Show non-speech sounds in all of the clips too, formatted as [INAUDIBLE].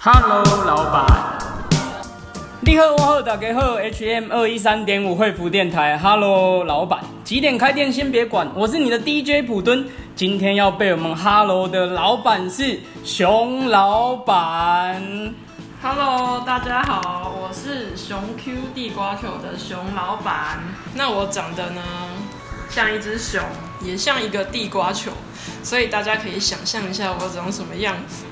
Hello，老板。你好，我好，大家好，HM 二一三点五惠福电台，Hello，老板，几点开店先别管，我是你的 DJ 普敦，今天要被我们 Hello 的老板是熊老板。 Hello，大家好，我是熊 Q 地瓜球的熊老板。那我长得呢，像一只熊，也像一个地瓜球，所以大家可以想象一下我长什么样子。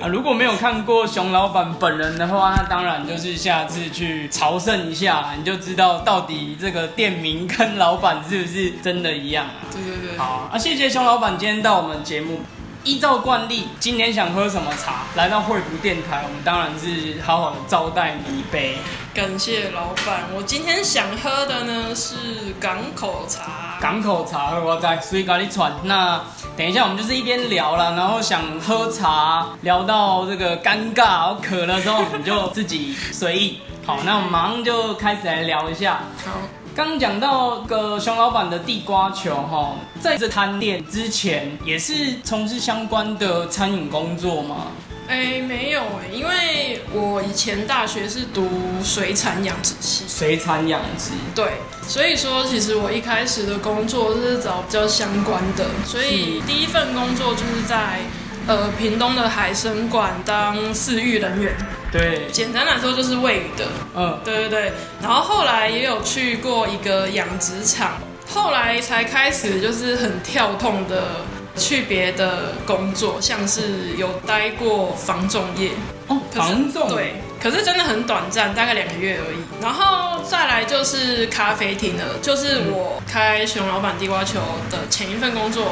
啊，如果没有看过熊老板本人的话，那当然就是下次去朝圣一下，你就知道到底这个店名跟老板是不是真的一样啊。对对对，好啊，谢谢熊老板今天到我们节目。依照惯例，今天想喝什么茶，来到惠福电台，我们当然是好好的招待你一杯。感谢老板。我今天想喝的呢是港口茶。港口茶，我在所以咖喱喘。那等一下，我们就是一边聊了，然后想喝茶，聊到这个尴尬，然后渴了之后，你就自己随意。好，那我们马上就开始来聊一下。好，刚讲到个熊老板的地瓜球哈，在这摊店之前也是从事相关的餐饮工作嘛。哎，没有哎，因为我以前大学是读水产养殖系，水产养殖，对，所以说其实我一开始的工作是找比较相关的，所以第一份工作就是在呃屏东的海生馆当饲育人员，对，简单来说就是喂鱼的，嗯，对对对。然后后来也有去过一个养殖场，后来才开始就是很跳痛的去别的工作，像是有待过防重业，哦，可是防重，对，可是真的很短暂，大概两个月而已。然后再来就是咖啡厅了，就是我开熊老板地瓜球的前一份工作，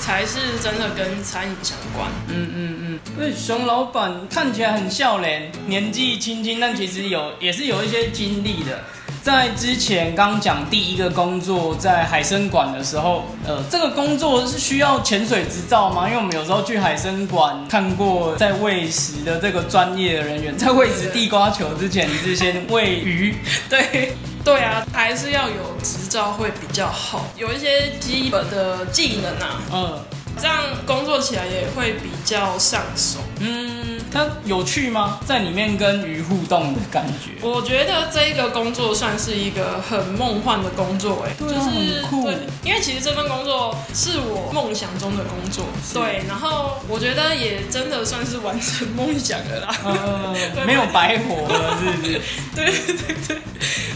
才是真的跟餐饮相关。嗯嗯嗯，那熊老板看起来很笑脸，年纪轻轻，但其实有也是有一些经历的。在之前刚讲第一个工作在海参馆的时候，呃，这个工作是需要潜水执照吗？因为我们有时候去海参馆看过在喂食的这个专业人员，在喂食地瓜球之前，你是先喂鱼， [LAUGHS] 对。对啊，还是要有执照会比较好，有一些基本的技能啊，嗯这样工作起来也会比较上手。嗯，它有趣吗？在里面跟鱼互动的感觉，我觉得这一个工作算是一个很梦幻的工作、哎、对啊就是很酷对，因为其实这份工作是我梦想中的工作，对，然后我觉得也真的算是完成梦想了啦， [LAUGHS] 呃，没有白活了，是不是？对对对对，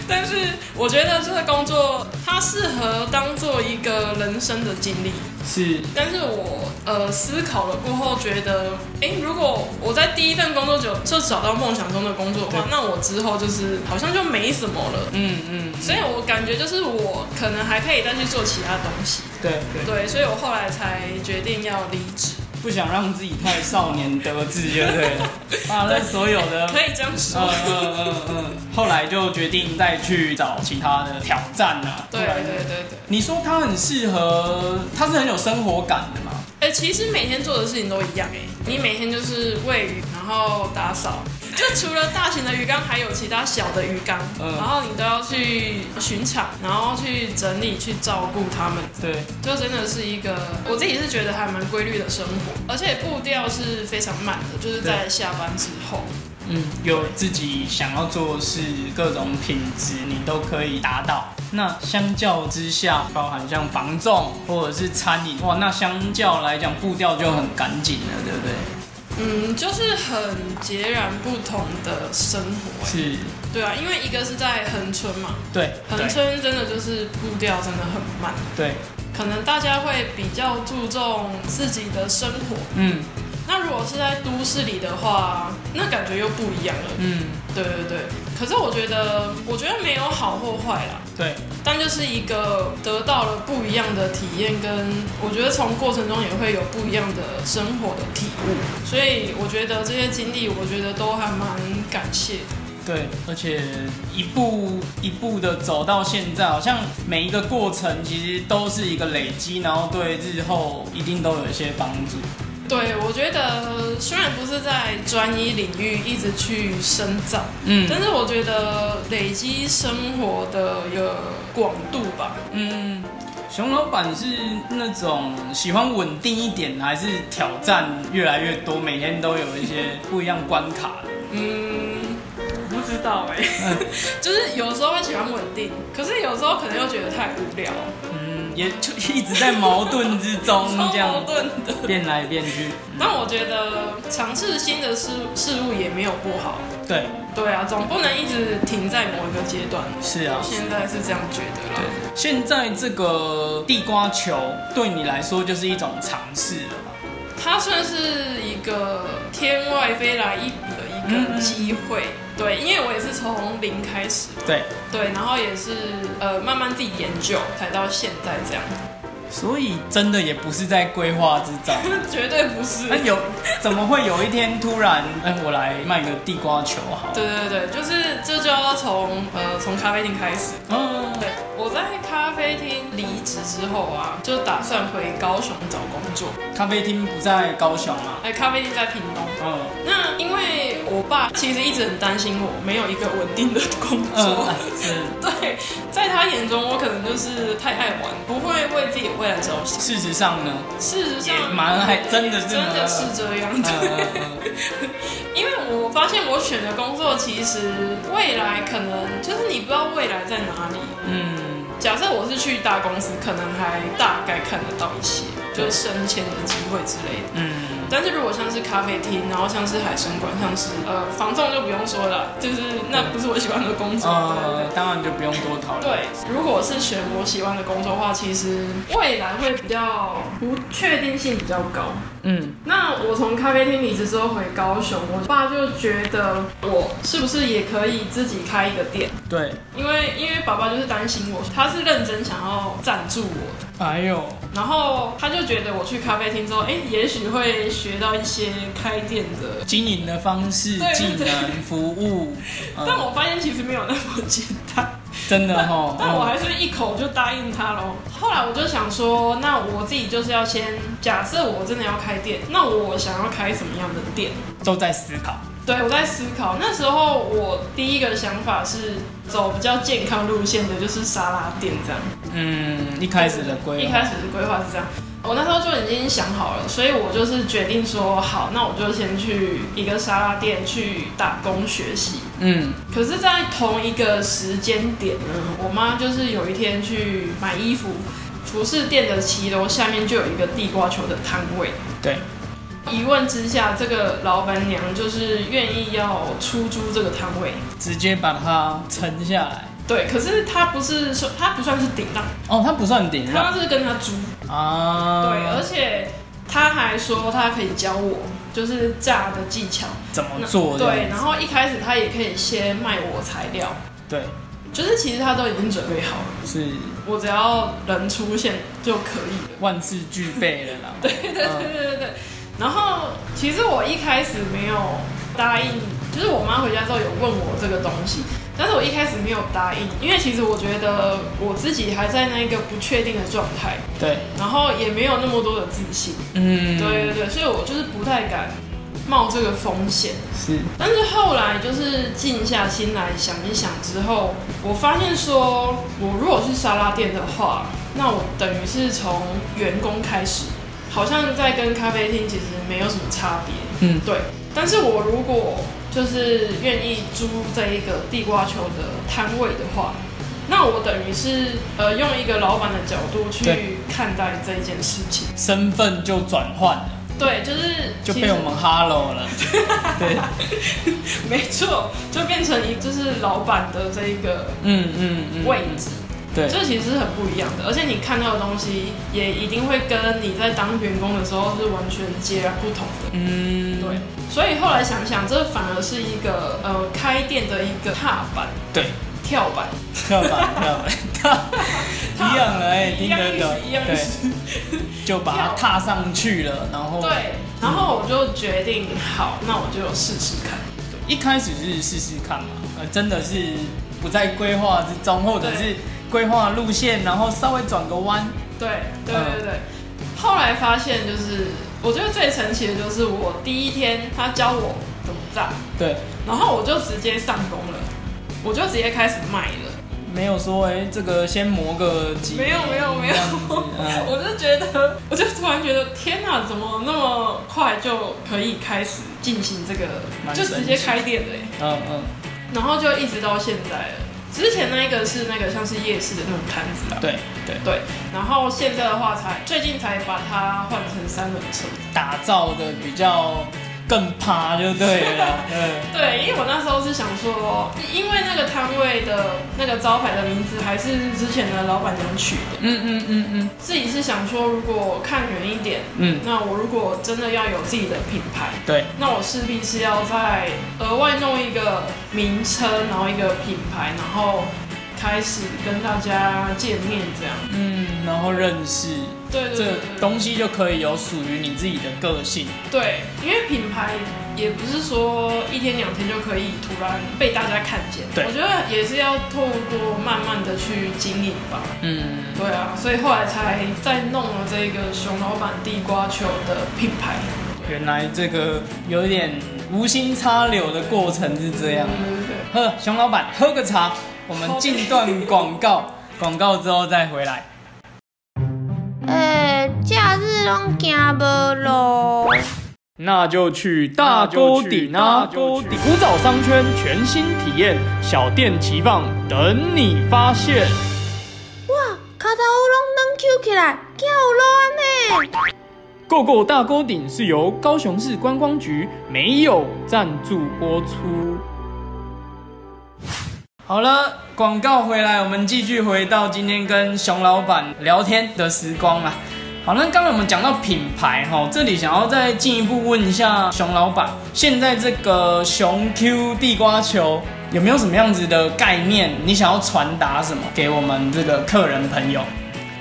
但是我觉得这个工作它适合当做一个人生的经历，是。但是我呃思考了过后，觉得，哎、如果我在第一份工作就就找到梦想中的工作的话对，那我之后就是好像就没什么了。嗯嗯，所以我感觉就是我可能还可以再去做其他东西，对对，对，所以我后来才决定要离职，不想让自己太少年得志，就对了。 [LAUGHS] 啊，那所有的，可以这样说。嗯嗯嗯嗯，后来就决定再去找其他的挑战啊啦、 [LAUGHS] 对后来对就对对，你说他很适合，他是很有生活感的嘛？哎、其实每天做的事情都一样哎、你每天就是喂鱼，然后打扫，就除了大型的鱼缸，还有其他小的鱼缸，嗯然后你都要去巡场，然后去整理、去照顾它们，对，就真的是一个我自己是觉得还蛮规律的生活，而且步调是非常慢的，就是在下班之后。嗯，有自己想要做的事，各种品质你都可以达到。那相较之下，包含像防重或者是餐饮，哇，那相较来讲步调就很赶紧了，对不对？嗯，就是很截然不同的生活、欸。是，对啊，因为一个是在恒春嘛，对，恒对，春真的就是步调真的很慢，对，可能大家会比较注重自己的生活。嗯那如果是在都市里的话，那感觉又不一样了。嗯，对对对，可是我觉得，我觉得没有好或坏啦，对。但就是一个得到了不一样的体验，跟我觉得从过程中也会有不一样的生活的体悟，所以我觉得这些经历，我觉得都还蛮感谢的。对，而且一步一步的走到现在，好像每一个过程其实都是一个累积，然后对日后一定都有一些帮助。对，我觉得虽然不是在专一领域一直去深造，嗯但是我觉得累积生活的一个广度吧，嗯，熊老板是那种喜欢稳定一点，还是挑战越来越多，每天都有一些不一样关卡的？嗯，我不知道哎、嗯 [LAUGHS] 就是有时候会喜欢稳定，可是有时候可能又觉得太无聊，嗯，也就一直在矛盾之中超这 [LAUGHS] 矛样盾的。变来变去。但我觉得尝试新的事事物也没有不好。对，对啊，总不能一直停在某一个阶段。是啊我。现在是这样觉得啦。现在这个地瓜球对你来说就是一种尝试了吧？它算是一个天外飞来一笔的一嗯个嗯机会。对，因为我也是从零开始，对，对，然后也是呃慢慢自己研究，才到现在这样。所以真的也不是在规划之 [LAUGHS] 中。绝对不是。那有怎么会有一天突然，哎、我来卖个地瓜球好了？对对对，就是这就要从呃从咖啡厅开始。嗯，对，我在咖啡厅离职之后啊，就打算回高雄找工作。咖啡厅不在高雄嘛？哎，咖啡厅在屏东。嗯，那因为我爸其实一直很担心我没有一个稳定的工嗯作。哎是。 [LAUGHS] 对，在他眼中，我可能就是太爱玩，不会为自己的未来着想。事实上呢，事实也上，蛮还真的是真的是这样。嗯 [LAUGHS] 对嗯嗯嗯因为我发现我选的工作，其实未来可能就是你不知道未来在哪里。嗯，假设我是去大公司，可能还大概看得到一些，就是升迁的机会之类的。嗯，但是如果像是咖啡厅，然后像是海参馆，像是呃房仲就不用说了，就是那不是我喜欢的工作。对对呃对，当然就不用多讨论。对，如果是选我喜欢的工作的话，其实未来会比较不确定性比较高。嗯，那我从咖啡厅离职之后回高雄，我爸就觉得我是不是也可以自己开一个店？对。因为因为爸爸就是担心我，他是认真想要赞助我的，哎呦，然后他就觉得我去咖啡厅之后，哎，也许会学到一些开店的。经营的方式、对技对对能、服务，嗯但我发现其实没有那么简单，真的哈，但我嗯还是一口就答应他喽。后来我就想说，那我自己就是要先假设我真的要开店，那我想要开什么样的店？嗯都在思考。对，我在思考。那时候我第一个想法是走比较健康路线的，就是沙拉店这样。嗯，一开始的规一划开，始的规划是这样。我那时候就已经想好了，所以我就是决定说，好，那我就先去一个沙拉店去打工学习。嗯，可是，在同一个时间点呢，我妈就是有一天去买衣服，服饰店的骑楼下面就有一个地瓜球的摊位。对，一问之下，这个老板娘就是愿意要出租这个摊位。直接把它撑下来。对，可是她不是说她不算是顶让，哦，它不算顶她让是跟她租。啊。对，而且她还说她可以教我，就是炸的技巧。怎么做的？对，然后一开始她也可以先卖我材料，对，就是其实她都已经准备好了，是我只要人出现就可 [LAUGHS] 以了。万事俱备了啦。对对对对对对。然后其实我一开始没有答应，就是我妈回家之后有问我这个东西，但是我一开始没有答应，因为其实我觉得我自己还在那个不确定的状态，对，然后也没有那么多的自信，嗯，对对对，所以我就是不太敢冒这个风险。是，但是后来就是静下心来想一想之后，我发现说，我如果是沙拉店的话，那我等于是从员工开始，好像在跟咖啡厅其实没有什么差别。嗯，对，但是我如果就是愿意租这一个地瓜球的摊位的话，那我等于是呃用一个老板的角度对去看待这件事情。身份就转换了，对，就是就其被实我们 hello 了。对， [LAUGHS] 没错，就变成一就是老板的这一个嗯嗯嗯，位置，对，这其实是很不一样的。而且你看到的东西也一定会跟你在当员工的时候是完全截然不同的。嗯，对，所以后来想想，这反而是一个呃开店的一个踏板、对，跳板，跳板跳 [LAUGHS] 板，一样了哎，一听样得意懂思，一样意对，思。就把它踏上去了，然后 [LAUGHS] 对，然后我就决定，好，那我就试试看。一开始是试试看嘛，呃，真的是不在规划之中，或者是规划路线，然后稍微转个弯，对对嗯对对。后来发现，就是我觉得最神奇的就是我第一天他教我怎么炸，对，然后我就直接上工了，我就直接开始卖了。没有说哎、这个先磨个几没有没有没有这样子 [LAUGHS] 嗯我就觉得，我就突然觉得，天哪，怎么那么快就可以开始进行这个，蛮就神奇直接开店了耶，嗯嗯，然后就一直到现在了。之前那一个是那个像是夜市的那种摊子啊，对对，对，然后现在的话才最近才把它换成三轮车。打造的比较更趴就对 [LAUGHS] 了，对。对，因为我那时候是想说，因为那个摊位的那个招牌的名字还是之前的老板娘取的，嗯嗯嗯嗯自己是想说，如果看远一点，嗯，那我如果真的要有自己的品牌，对，那我势必是要再额外弄一个名称，然后一个品牌，然后开始跟大家见面这样。嗯，然后认识对这对对个东西就可以有属于你自己的个性，对，因为品牌也不是说一天两天就可以突然被大家看见，对我觉得也是要透过慢慢的去经营吧。嗯，对啊，所以后来才再弄了这个熊老板地瓜球的品牌。原来这个有一点无心插柳的过程是这样对。对对。喝，熊老板喝个茶，我们进段广 [LAUGHS] 告，广告之后再回来。诶、呃假日拢行无路。那就去大沟底那那沟底古早商圈全新体验，小店齐放，等你发现。哇，脚头拢软翘起来，叫有路安尼。 GoGo 大沟顶是由高雄市观光局没有赞助播出。好了，广告回来，我们继续回到今天跟熊老板聊天的时光啦。好，那刚才我们讲到品牌哈，这里想要再进一步问一下熊老板，现在这个熊 Q 地瓜球有没有什么样子的概念？你想要传达什么给我们这个客人朋友？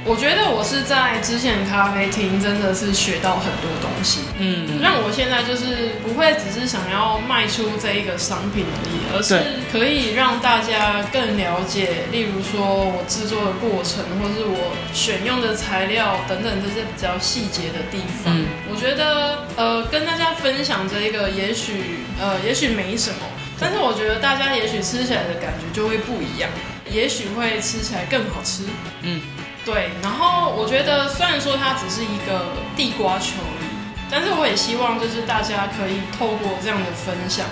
我觉得我是在之前咖啡厅真的是学到很多东西，嗯，让我现在就是不会只是想要卖出这一个商品而已，而是对可以让大家更了解，例如说我制作的过程，或是我选用的材料等等这些比较细节的地方。嗯我觉得呃，跟大家分享这一个，也许呃，也许没什么，但是我觉得大家也许吃起来的感觉就会不一样，也许会吃起来更好吃。嗯，对。然后我觉得虽然说它只是一个地瓜球而已，但是我也希望就是大家可以透过这样的分享，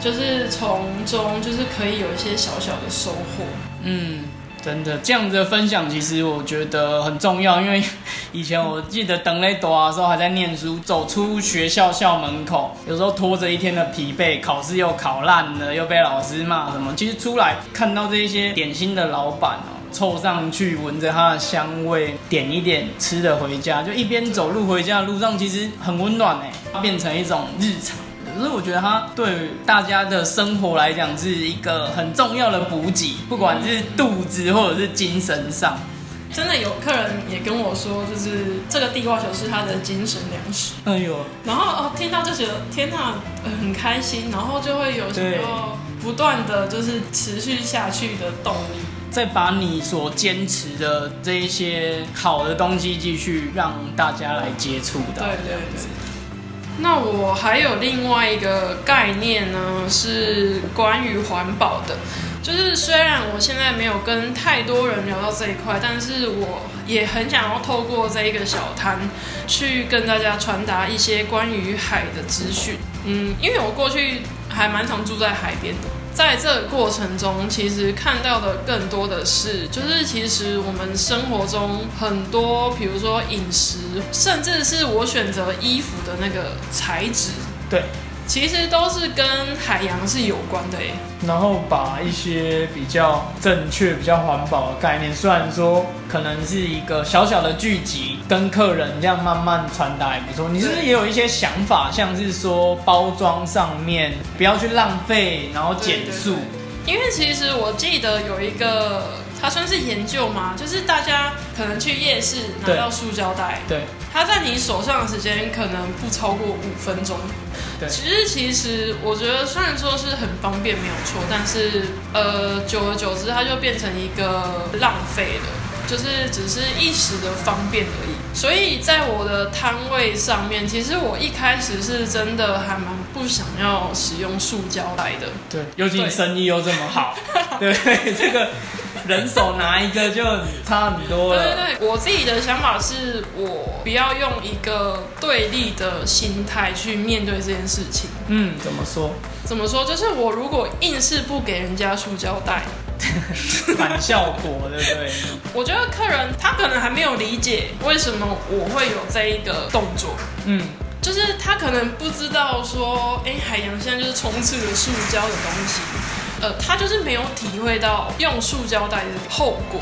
就是从中就是可以有一些小小的收获。嗯，真的，这样子的分享其实我觉得很重要，因为 [LAUGHS] 以前我记得等雷多啊的时候还在念书，走出学校校门口，有时候拖着一天的疲惫，考试又考烂了，又被老师骂什么。其实出来看到这些点心的老板哦。凑上去闻着它的香味，点一点吃的回家，就一边走路回家的路上，其实很温暖哎，它变成一种日常。可是我觉得它对于大家的生活来讲是一个很重要的补给，不管是肚子或者是精神上。真的有客人也跟我说，就是这个地瓜球是他的精神粮食。哎呦，然后哦，听到就觉得天呐、呃很开心，然后就会有时对候不断的就是持续下去的动力。再把你所坚持的这一些好的东西，继续让大家来接触对到。对对。那我还有另外一个概念呢，是关于环保的。就是虽然我现在没有跟太多人聊到这一块，但是我也很想要透过这一个小摊，去跟大家传达一些关于海的资讯。嗯，因为我过去还蛮常住在海边的，在这个过程中，其实看到的更多的是，就是其实我们生活中很多，比如说饮食，甚至是我选择衣服的那个材质，对，其实都是跟海洋是有关的欸诶。然后把一些比较正确、比较环保的概念，虽然说可能是一个小小的聚集，跟客人这样慢慢传达也不错。你是不是也有一些想法，像是说包装上面不要去浪费，然后减速？因为其实我记得有一个，它算是研究嘛，就是大家可能去夜市拿对到塑胶袋，对它在你手上的时间可能不超过五分钟。对其实其实我觉得虽然说是很方便没有错，但是呃，久而久之它就变成一个浪费了，就是只是一时的方便而已。所以在我的摊位上面，其实我一开始是真的还蛮不想要使用塑胶袋的。对，尤其你对生意又这么好，对这个人手拿一个就差很多对了。对对，我自己的想法是我不要用一个对立的心态去面对这件事情。嗯，怎么说？怎么说？就是我如果硬是不给人家塑胶袋，反效果，对不对？我觉得客人他可能还没有理解为什么我会有这一个动作，嗯，就是他可能不知道说，哎、海洋现在就是充斥着塑胶的东西，呃，他就是没有体会到用塑胶袋的后果。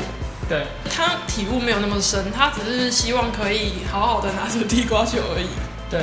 对，他体悟没有那么深，他只是希望可以好好的拿着地瓜球而已。对，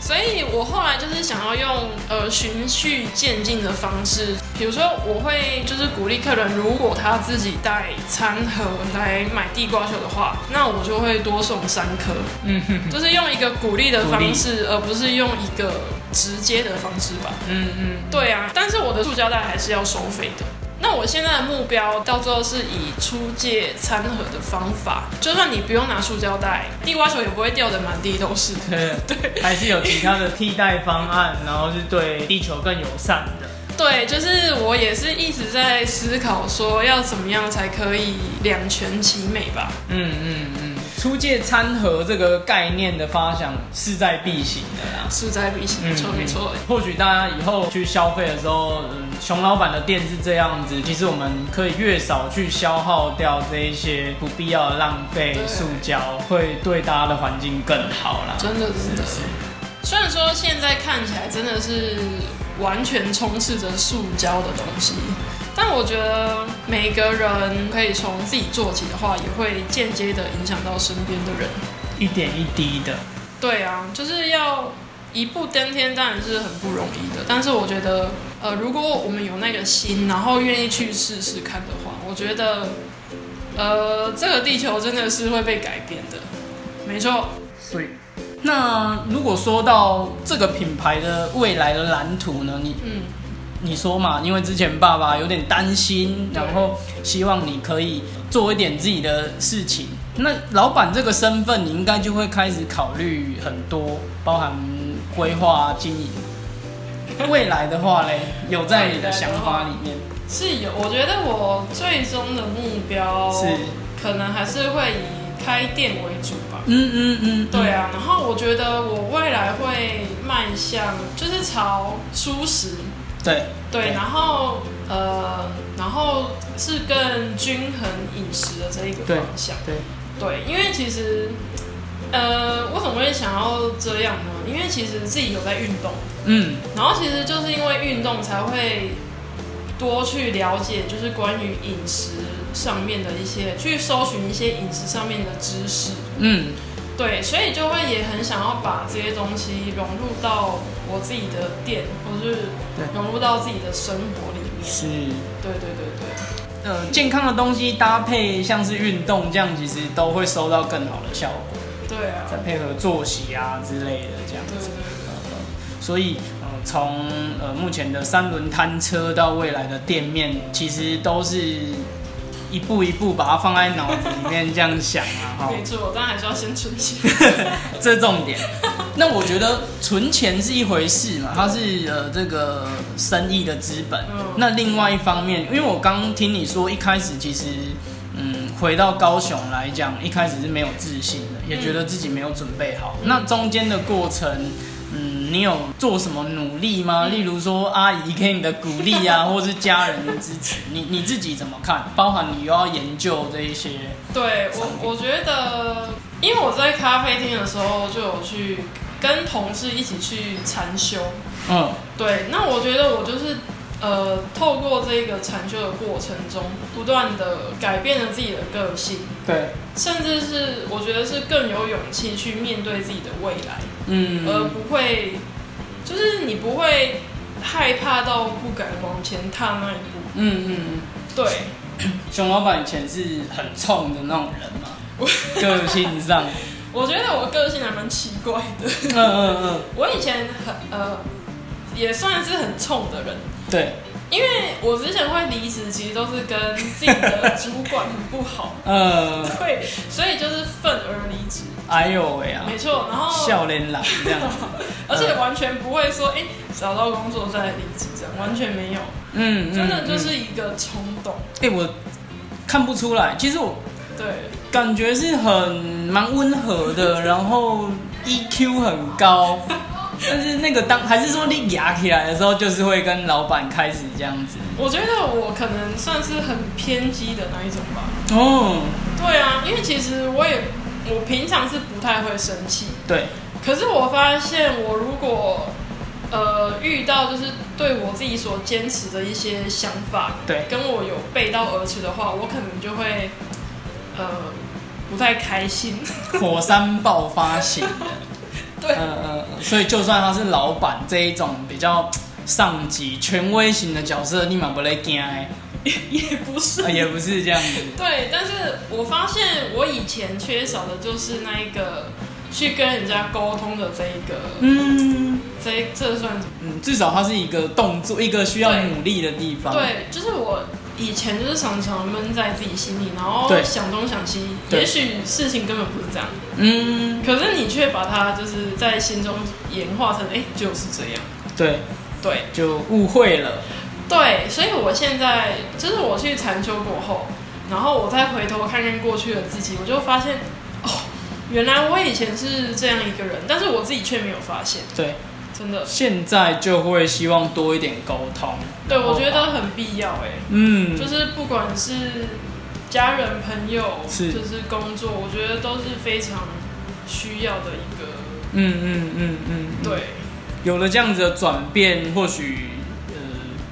所以我后来就是想要用呃循序渐进的方式，比如说我会就是鼓励客人，如果他自己带餐盒来买地瓜球的话，那我就会多送三颗，嗯哼哼，就是用一个鼓励的鼓方励式，而不是用一个直接的方式吧。嗯嗯，对啊，但是我的塑胶袋还是要收费的。那我现在的目标到最后是以出借餐盒的方法，就算你不用拿塑胶袋，地瓜球也不会掉的满地都是。对对，还是有其他的替代方案，然后是对地球更友善的。对，就是我也是一直在思考说要怎么样才可以两全其美吧。嗯嗯嗯，出借餐盒这个概念的发想势在必行的啦。势在必行，没错没错。嗯欸或许大家以后去消费的时候，嗯，熊老板的店是这样子，其实我们可以越少去消耗掉这一些不必要的浪费对塑胶，会对大家的环境更好啦。真的真的。虽然说现在看起来真的是完全充斥着塑胶的东西，但我觉得每个人可以从自己做起的话，也会间接的影响到身边的人。一点一滴的，对啊，就是要一步登天，当然是很不容易的。但是我觉得，呃，如果我们有那个心，然后愿意去试试看的话，我觉得，呃，这个地球真的是会被改变的。没错，所以，那如果说到这个品牌的未来的蓝图呢，你嗯。你说嘛，因为之前爸爸有点担心，对然后希望你可以做一点自己的事情。那老板这个身份，你应该就会开始考虑很多，包含规划、经 [LAUGHS] 营。未来的话嘞，有在你的想法里面是有，我觉得我最终的目标是，可能还是会以开店为主吧。嗯嗯嗯，对，啊，然后我觉得我未来会迈向就是朝舒适，对对，然后呃，然后是更均衡饮食的这一个对方向。对，对，因为其实呃，为什么会想要这样呢？因为其实自己有在运动，嗯然后其实就是因为运动才会多去了解，就是关于饮食上面的一些，去搜寻一些饮食上面的知识。嗯，对，所以就会也很想要把这些东西融入到我自己的店，或是对融入到自己的生活里面。是。对对对对，呃，健康的东西搭配像是运动这样，其实都会收到更好的效果，对啊，再配合作息啊之类的这样对子。对所以，呃，从呃目前的三轮摊车到未来的店面，其实都是一步一步把它放在脑子里面这样想啊，哈对，，没错，但还是要先存钱。这重点。那我觉得存钱是一回事嘛，它是呃这个生意的资本。嗯那另外一方面，因为我刚听你说一开始其实，嗯，回到高雄来讲，一开始是没有自信的，也觉得自己没有准备好。那中间的过程。嗯，你有做什么努力吗？例如说阿姨给你的鼓励 [LAUGHS] 啊，或是家人的支持，你你自己怎么看？包含你又要研究这一些，对我，我觉得，因为我在咖啡厅的时候就有去跟同事一起去禅修。嗯，对，那我觉得我就是呃，透过这个禅修的过程中，不断的改变了自己的个性，对，甚至是我觉得是更有勇气去面对自己的未来，嗯，而不会就是你不会害怕到不敢往前踏那一步。嗯嗯嗯。对，熊老板以前是很冲的那种人嘛，个性 [LAUGHS] 上，我觉得我个性还蛮奇怪的。嗯 [LAUGHS] 嗯嗯，我以前很呃，也算是很冲的人，对，因为我之前会离职，其实都是跟自己的主管很不好， [LAUGHS] 嗯，对，所以就是愤而离职，哎呦喂啊，没错。然后，笑脸狼这样，而且完全不会说，哎、找到工作再离职这样，完全没有，嗯，嗯真的就是一，一个冲动。哎、我看不出来。其实我对，感觉是很蛮温和的，然后 EQ 很高，但是那个当还是说你压起来的时候，就是会跟老板开始这样子。我觉得我可能算是很偏激的那一种吧。哦，对啊，因为其实我也我平常是不太会生气，对，可是我发现我如果呃遇到就是对我自己所坚持的一些想法，对跟我有背道而驰的话，我可能就会呃不太开心。 [LAUGHS] 火山爆发型的，对嗯嗯嗯，所以就算他是老板这一种比较上级权威型的角色，你嘛不会惊的， [LAUGHS] 也不是啊也不是这样子。 [LAUGHS] 对，但是我发现我以前缺少的就是那一个去跟人家沟通的这一个，嗯这这算什么？嗯，至少它是一个动作，一个需要努力的地方。，对，就是我以前就是常常闷在自己心里，然后对想东想西，对也许事情根本不是这样，嗯，可是你却把它就是在心中演化成，哎，就是这样。对，对就误会了。对，所以我现在就是我去禅修过后，然后我再回头看看过去的自己，我就发现，哦，原来我以前是这样一个人，但是我自己却没有发现，对，真的。现在就会希望多一点沟通。对，我觉得很必要哎、哦嗯，就是不管是家人、朋友，是就是工作，我觉得都是非常需要的一个。嗯嗯嗯嗯，嗯，对，有了这样子的转变，或许呃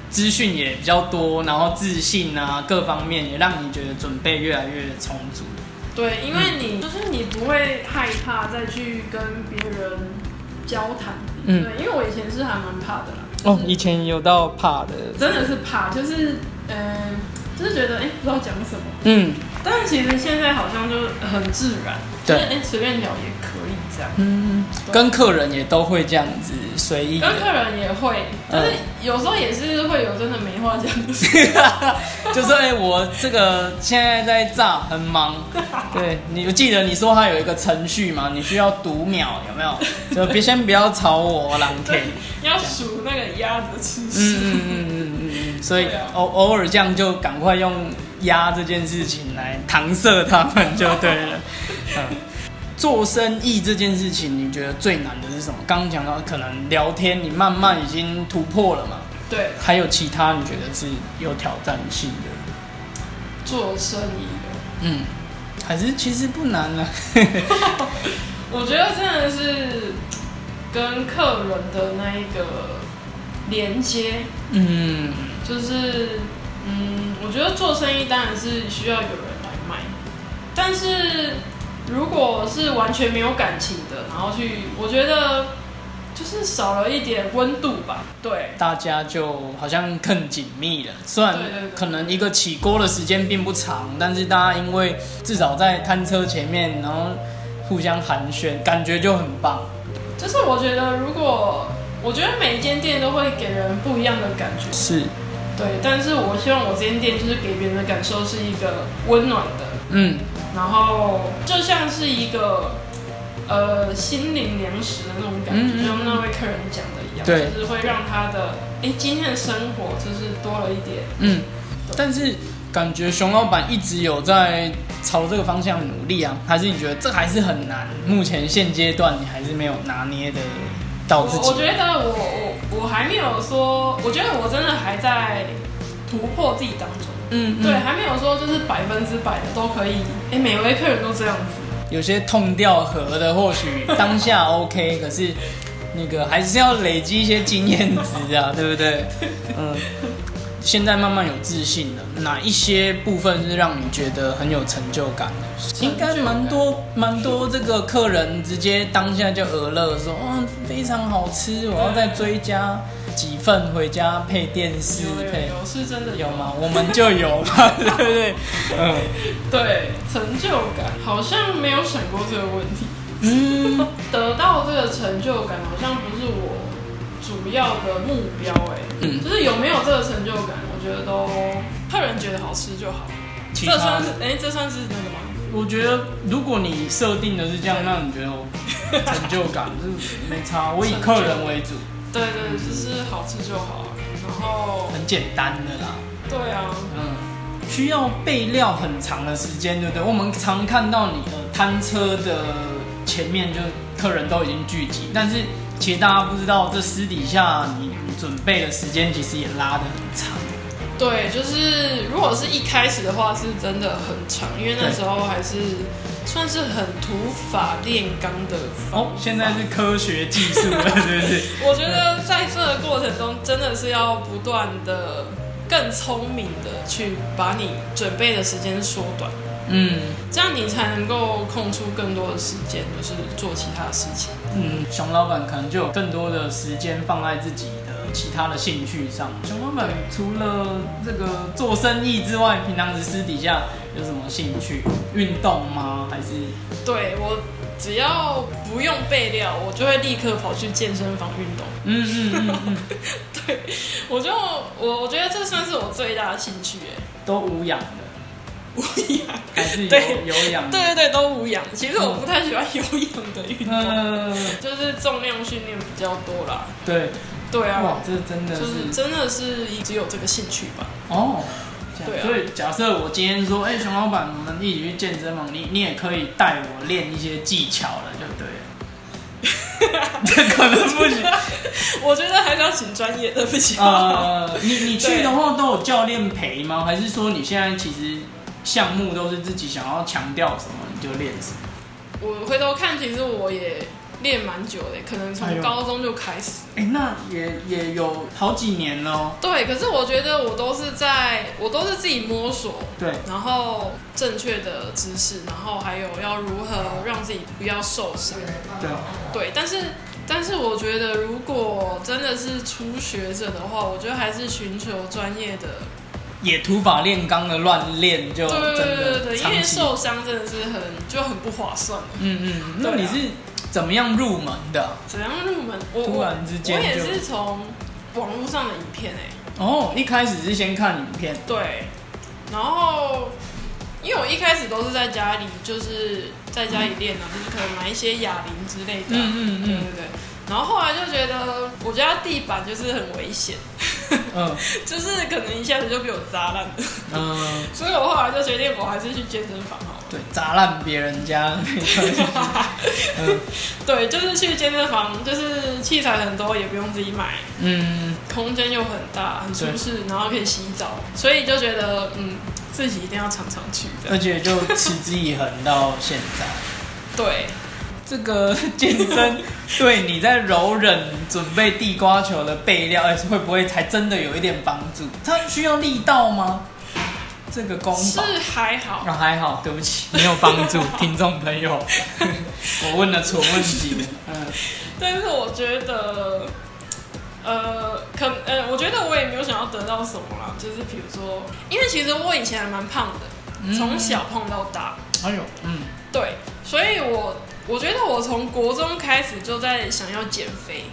资讯也比较多，然后自信啊各方面也让你觉得准备越来越充足。对，因为嗯你就是你不会害怕再去跟别人交谈，嗯对，因为我以前是还蛮怕的啦，哦，以前有到怕的，真的是怕，就是嗯、呃就是觉得哎、不知道讲什么，嗯但其实现在好像就很自然，对就是哎、随便聊也可以这样。嗯，跟客人也都会这样子随意的。 [LAUGHS] 跟客人也会，但嗯是有时候也是会有真的没话讲的时候。就说哎、我这个现在在炸，很忙。对你，我记得你说它有一个程序嘛，你需要读秒，有没有？就别先不要吵我，我狼 K。对，要数那个鸭子吃嗯屎。嗯嗯嗯嗯 [LAUGHS] 嗯，所以对啊偶偶尔这样就赶快用压这件事情来搪塞他们就对了。 [LAUGHS] 嗯，做生意这件事情，你觉得最难的是什么？刚刚讲到可能聊天，你慢慢已经突破了嘛，对，啊还有其他你觉得是有挑战性的？做生意的，嗯，还是其实不难啊。 [LAUGHS] 我觉得真的是跟客人的那一个连接，嗯，就是嗯，我觉得做生意当然是需要有人来卖，但是如果是完全没有感情的，然后去，我觉得就是少了一点温度吧。对，大家就好像更紧密了。虽然对对对可能一个起锅的时间并不长，但是大家因为至少在摊车前面，然后互相寒暄，感觉就很棒。就是我觉得，如果我觉得每一间店都会给人不一样的感觉，是，对。但是我希望我这间店就是给别人的感受是一个温暖的，嗯，然后就像是一个呃心灵粮食的那种感觉，嗯嗯嗯就像那位客人讲的一样，对就是会让他的哎今天的生活就是多了一点。嗯，但是感觉熊老板一直有在朝这个方向努力啊，还是你觉得这还是很难？目前现阶段你还是没有拿捏的到我自己。我觉得我我我还没有说，我觉得我真的还在突破自己当中。嗯，嗯对，还没有说就是百分之百的都可以，哎、每位客人都这样子，有些痛掉河的，或许当下 OK，可是那个还是要累积一些经验值 [LAUGHS] 啊，对不对？嗯，现在慢慢有自信了，哪一些部分是让你觉得很有成就感的？成就感应该蛮多蛮多这个客人直接当下就鹅乐说，哇，非常好吃，我要再追加几份回家配电视有配有。有是真的有吗？？我们就有嘛， [LAUGHS] 对不对？嗯对，成就感好像没有想过这个问题，嗯，得到这个成就感好像不是我主要的目标、哎、嗯就是有没有这个成就感，我觉得都客人觉得好吃就好，其这他算的是哎、这算是那个吗？我觉得，如果你设定的是这样，那你觉得我成就感就是没差。我以客人为主，对对，就是好吃就好，然后很简单的啦。对啊，嗯，需要备料很长的时间，对不对？我们常看到你的摊车的前面就客人都已经聚集，但是其实大家不知道，这私底下你你准备的时间其实也拉得很长。对，就是如果是一开始的话，是真的很长，因为那时候还是算是很土法炼钢的。哦，现在是科学技术了，是不是？我觉得在这个过程中，真的是要不断的更聪明的去把你准备的时间缩短，嗯这样你才能够空出更多的时间，就是做其他事情。嗯，熊老板可能就有更多的时间放在自己的其他的兴趣上。熊老板除了这个做生意之外，平常时私底下有什么兴趣？运动吗？还是？对我只要不用备料，我就会立刻跑去健身房运动。嗯嗯嗯嗯，我就我我觉得这算是我最大的兴趣哎。都无氧的，无氧，还是有 [LAUGHS] 对有氧的？对对对，都无氧。其实我不太喜欢有氧的运动，嗯，就是重量训练比较多啦。对，对啊哇，，这真的就是是真的是只有这个兴趣吧。 [LAUGHS] 哦。这样对啊所以假设我今天说，哎、熊老板，我们一起去健身房，你你也可以带我练一些技巧了，就对了。这可能不行。我觉得还是要请专业的比较好。 [LAUGHS] 呃，你你去对的话都有教练陪吗？还是说你现在其实项目都是自己想要强调什么你就练什么？我回头看，其实我也练蛮久的，可能哎从呦高中就开始。哎、那也也有好几年了哦。对，可是我觉得我都是在，我都是自己摸索，对，然后正确的姿势，然后还有要如何让自己不要受伤。对，对，但是但是我觉得，如果真的是初学者的话，我觉得还是寻求专业的。也土法炼钢的乱练就对真对对对的对，因长为期。受伤真的是很就很不划算。嗯嗯，那对你啊是怎么样入门的？怎样入门？我突然之间我我也就是从网络上的影片哎、哦，一开始是先看影片，对，然后因为我一开始都是在家里，就是在家里练啊，就是可能买一些哑铃之类的，嗯啊嗯嗯对对对。然后后来就觉得我家地板就是很危险，嗯就是可能一下子就被我砸烂了，嗯，所以我后来就决定我还是去健身房好了。对，砸烂别人家那 [LAUGHS] 个，嗯 [LAUGHS] 对，就是去健身房，就是器材很多，也不用自己买，嗯，空间又很大，很舒对适，然后可以洗澡，所以就觉得嗯，自己一定要常常去的。而且就持之以恒到现在。对，这个健身对你在柔忍准备地瓜球的备料，哎，会不会还真的有一点帮助？它需要力道吗？这个功是法还好，啊，还好，对不起，没有帮 [LAUGHS] 助，听众朋友，我问了蠢问 [LAUGHS] 题。嗯，但是我觉得，呃，可呃，我觉得我也没有想要得到什么啦，就是比如说，因为其实我以前还蛮胖嗯的，从小胖到大，哎呦，嗯，对，所以我我觉得我从国中开始就在想要减肥，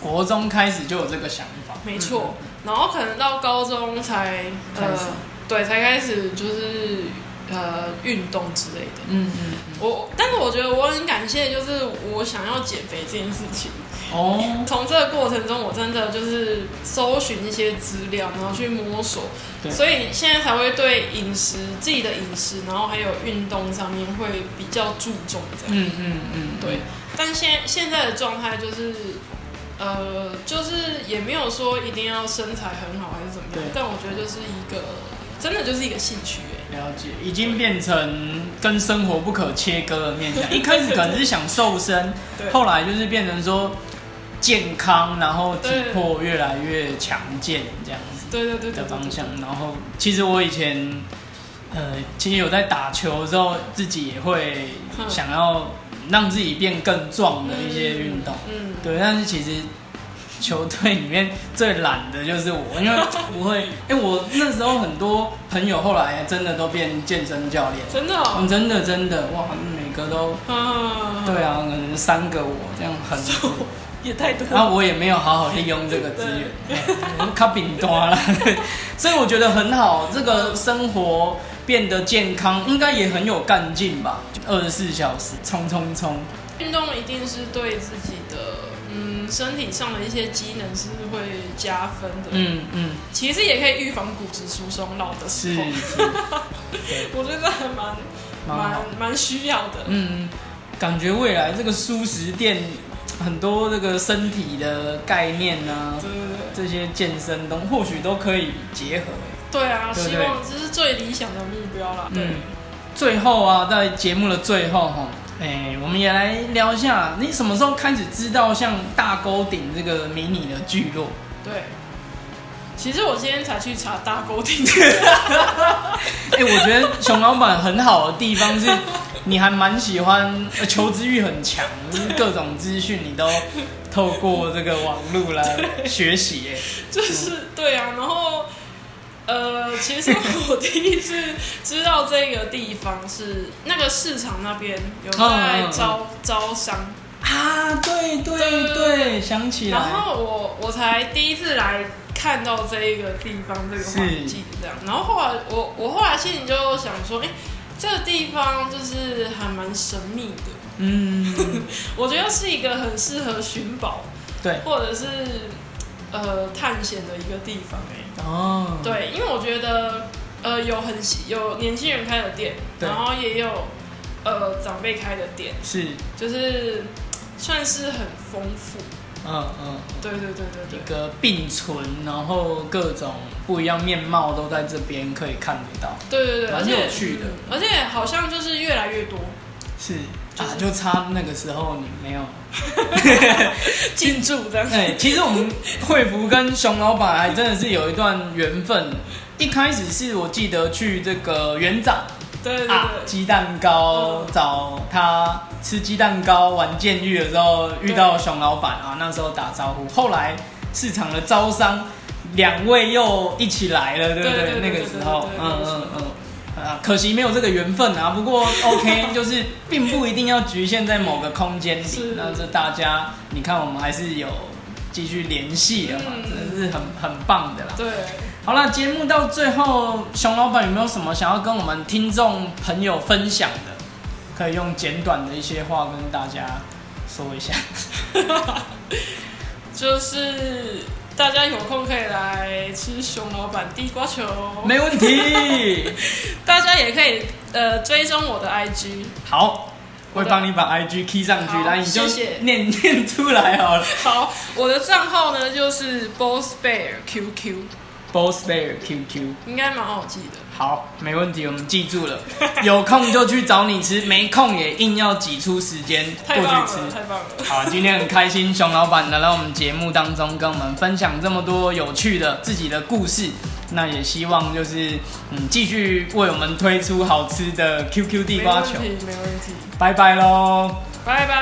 国中开始就有这个想法，没错，然后可能到高中才开呃始，对，才开始就是呃运动之类的。嗯，嗯我，但是我觉得我很感谢，就是我想要减肥这件事情。嗯，哦，从这个过程中，我真的就是搜寻一些资料，然后去摸索，对所以现在才会对饮食自己的饮食，然后还有运动上面会比较注重这样。嗯嗯嗯，对，但现现在的状态就是，呃，就是也没有说一定要身材很好还是怎么对样，但我觉得就是一个真的就是一个兴趣欸了解，已经变成跟生活不可切割的面向。一开始可能是想瘦身， [LAUGHS] 对后来就是变成说健康，然后体对魄越来越强健这样子对对对对的对方对向。然后其实我以前，呃，其实有在打球的时候，自己也会嗯想要让自己变更壮的一些运动。嗯，对，但是其实球队里面最懒的就是我，因为不会，哎、我那时候很多朋友后来真的都变健身教练，真的嗯，哦，真的真的，哇，每个都，嗯， [LAUGHS] 对啊，可能三个我这样很，哦也太多了。然后我也没有好好利用这个资源，我卡饼多了，所以我觉得很好，这个生活变得健康，应该也很有干劲吧，二十四小时冲冲冲，运动一定是对自己的嗯身体上的一些机能是会加分的。，嗯嗯，其实也可以预防骨质疏松，老的时是候，是，对， [LAUGHS] 我觉得还蛮蛮好。蛮蛮需要的。嗯，感觉未来这个素食店很多这个身体的概念啊，对对对，这些健身东或许都可以结合。对啊，对对希望这是最理想的目标啦。对嗯，最后啊，在节目的最后哈，哎、我们也来聊一下，你什么时候开始知道像大沟顶这个迷你的聚落？对。其实我今天才去查大 [LAUGHS] 沟顶，哎、我觉得熊老板很好的地方是，你还蛮喜欢，呃求知欲很强，就是各种资讯你都透过这个网络来学习、哎，就是对啊，然后呃，其实我第一次知道这个地方是那个市场那边有嗯嗯在嗯招招商，啊，对对对对，想起来然，后我我才第一次来看到这一个地方这个环境这样，然后后来我我后来心里就想说，哎、这个地方就是还蛮神秘的，嗯，我觉得是一个很适合寻宝对，或者是呃探险的一个地方哎、哦，，对，因为我觉得呃有很有年轻人开的店，对然后也有呃长辈开的店，是，就是算是很丰富。嗯嗯，对对对对对一。个并存，然后各种不一样面貌都在这边可以看得到，对对对，蛮而且有趣的嗯而且好像就是越来越多，是就啊是，就差那个时候你没 [LAUGHS] 有。进驻这样。 [LAUGHS] 哎、其实我们惠福跟熊老板还真的是有一段缘分。一开始是我记得去这个园长对对对啊对，鸡蛋糕嗯找他吃鸡蛋糕玩监狱的时候遇到熊老板啊，那时候打招呼。后来市场的招商，两位又一起来了，对不对对对那个对对时候对，对嗯对嗯嗯。啊，可惜没有这个缘分啊。不过 [LAUGHS] OK，就是并不一定要局限在某个空间里是。那这大家，你看我们还是有继续联系的嘛，嗯真的是很很棒的啦。对好了，节目到最后，熊老板有没有什么想要跟我们听众朋友分享的？可以用简短的一些话跟大家说一 [LAUGHS] 下。就是大家有空可以来吃熊老板地瓜球，没问题，大家也可以呃追踪我的 IG。 [LAUGHS] 好，我会的帮你把 IG key 上去，好来你就谢谢念 [LAUGHS] 念出来好了。好，我的账号呢就是 Boss Bear QQ， Boss Bear QQ，应该蛮好记的。好，没问题，我们记 [LAUGHS] 住了。有空就去找你吃，没空也硬要挤出时间过太棒去吃了，。太棒了！好，今天很开心，熊老板来到我们节目当中，跟我们分享这么多有趣的自己的故事。那也希望就是嗯，继续为我们推出好吃的 QQ 地瓜球没。问题，没问题。拜拜喽。拜拜。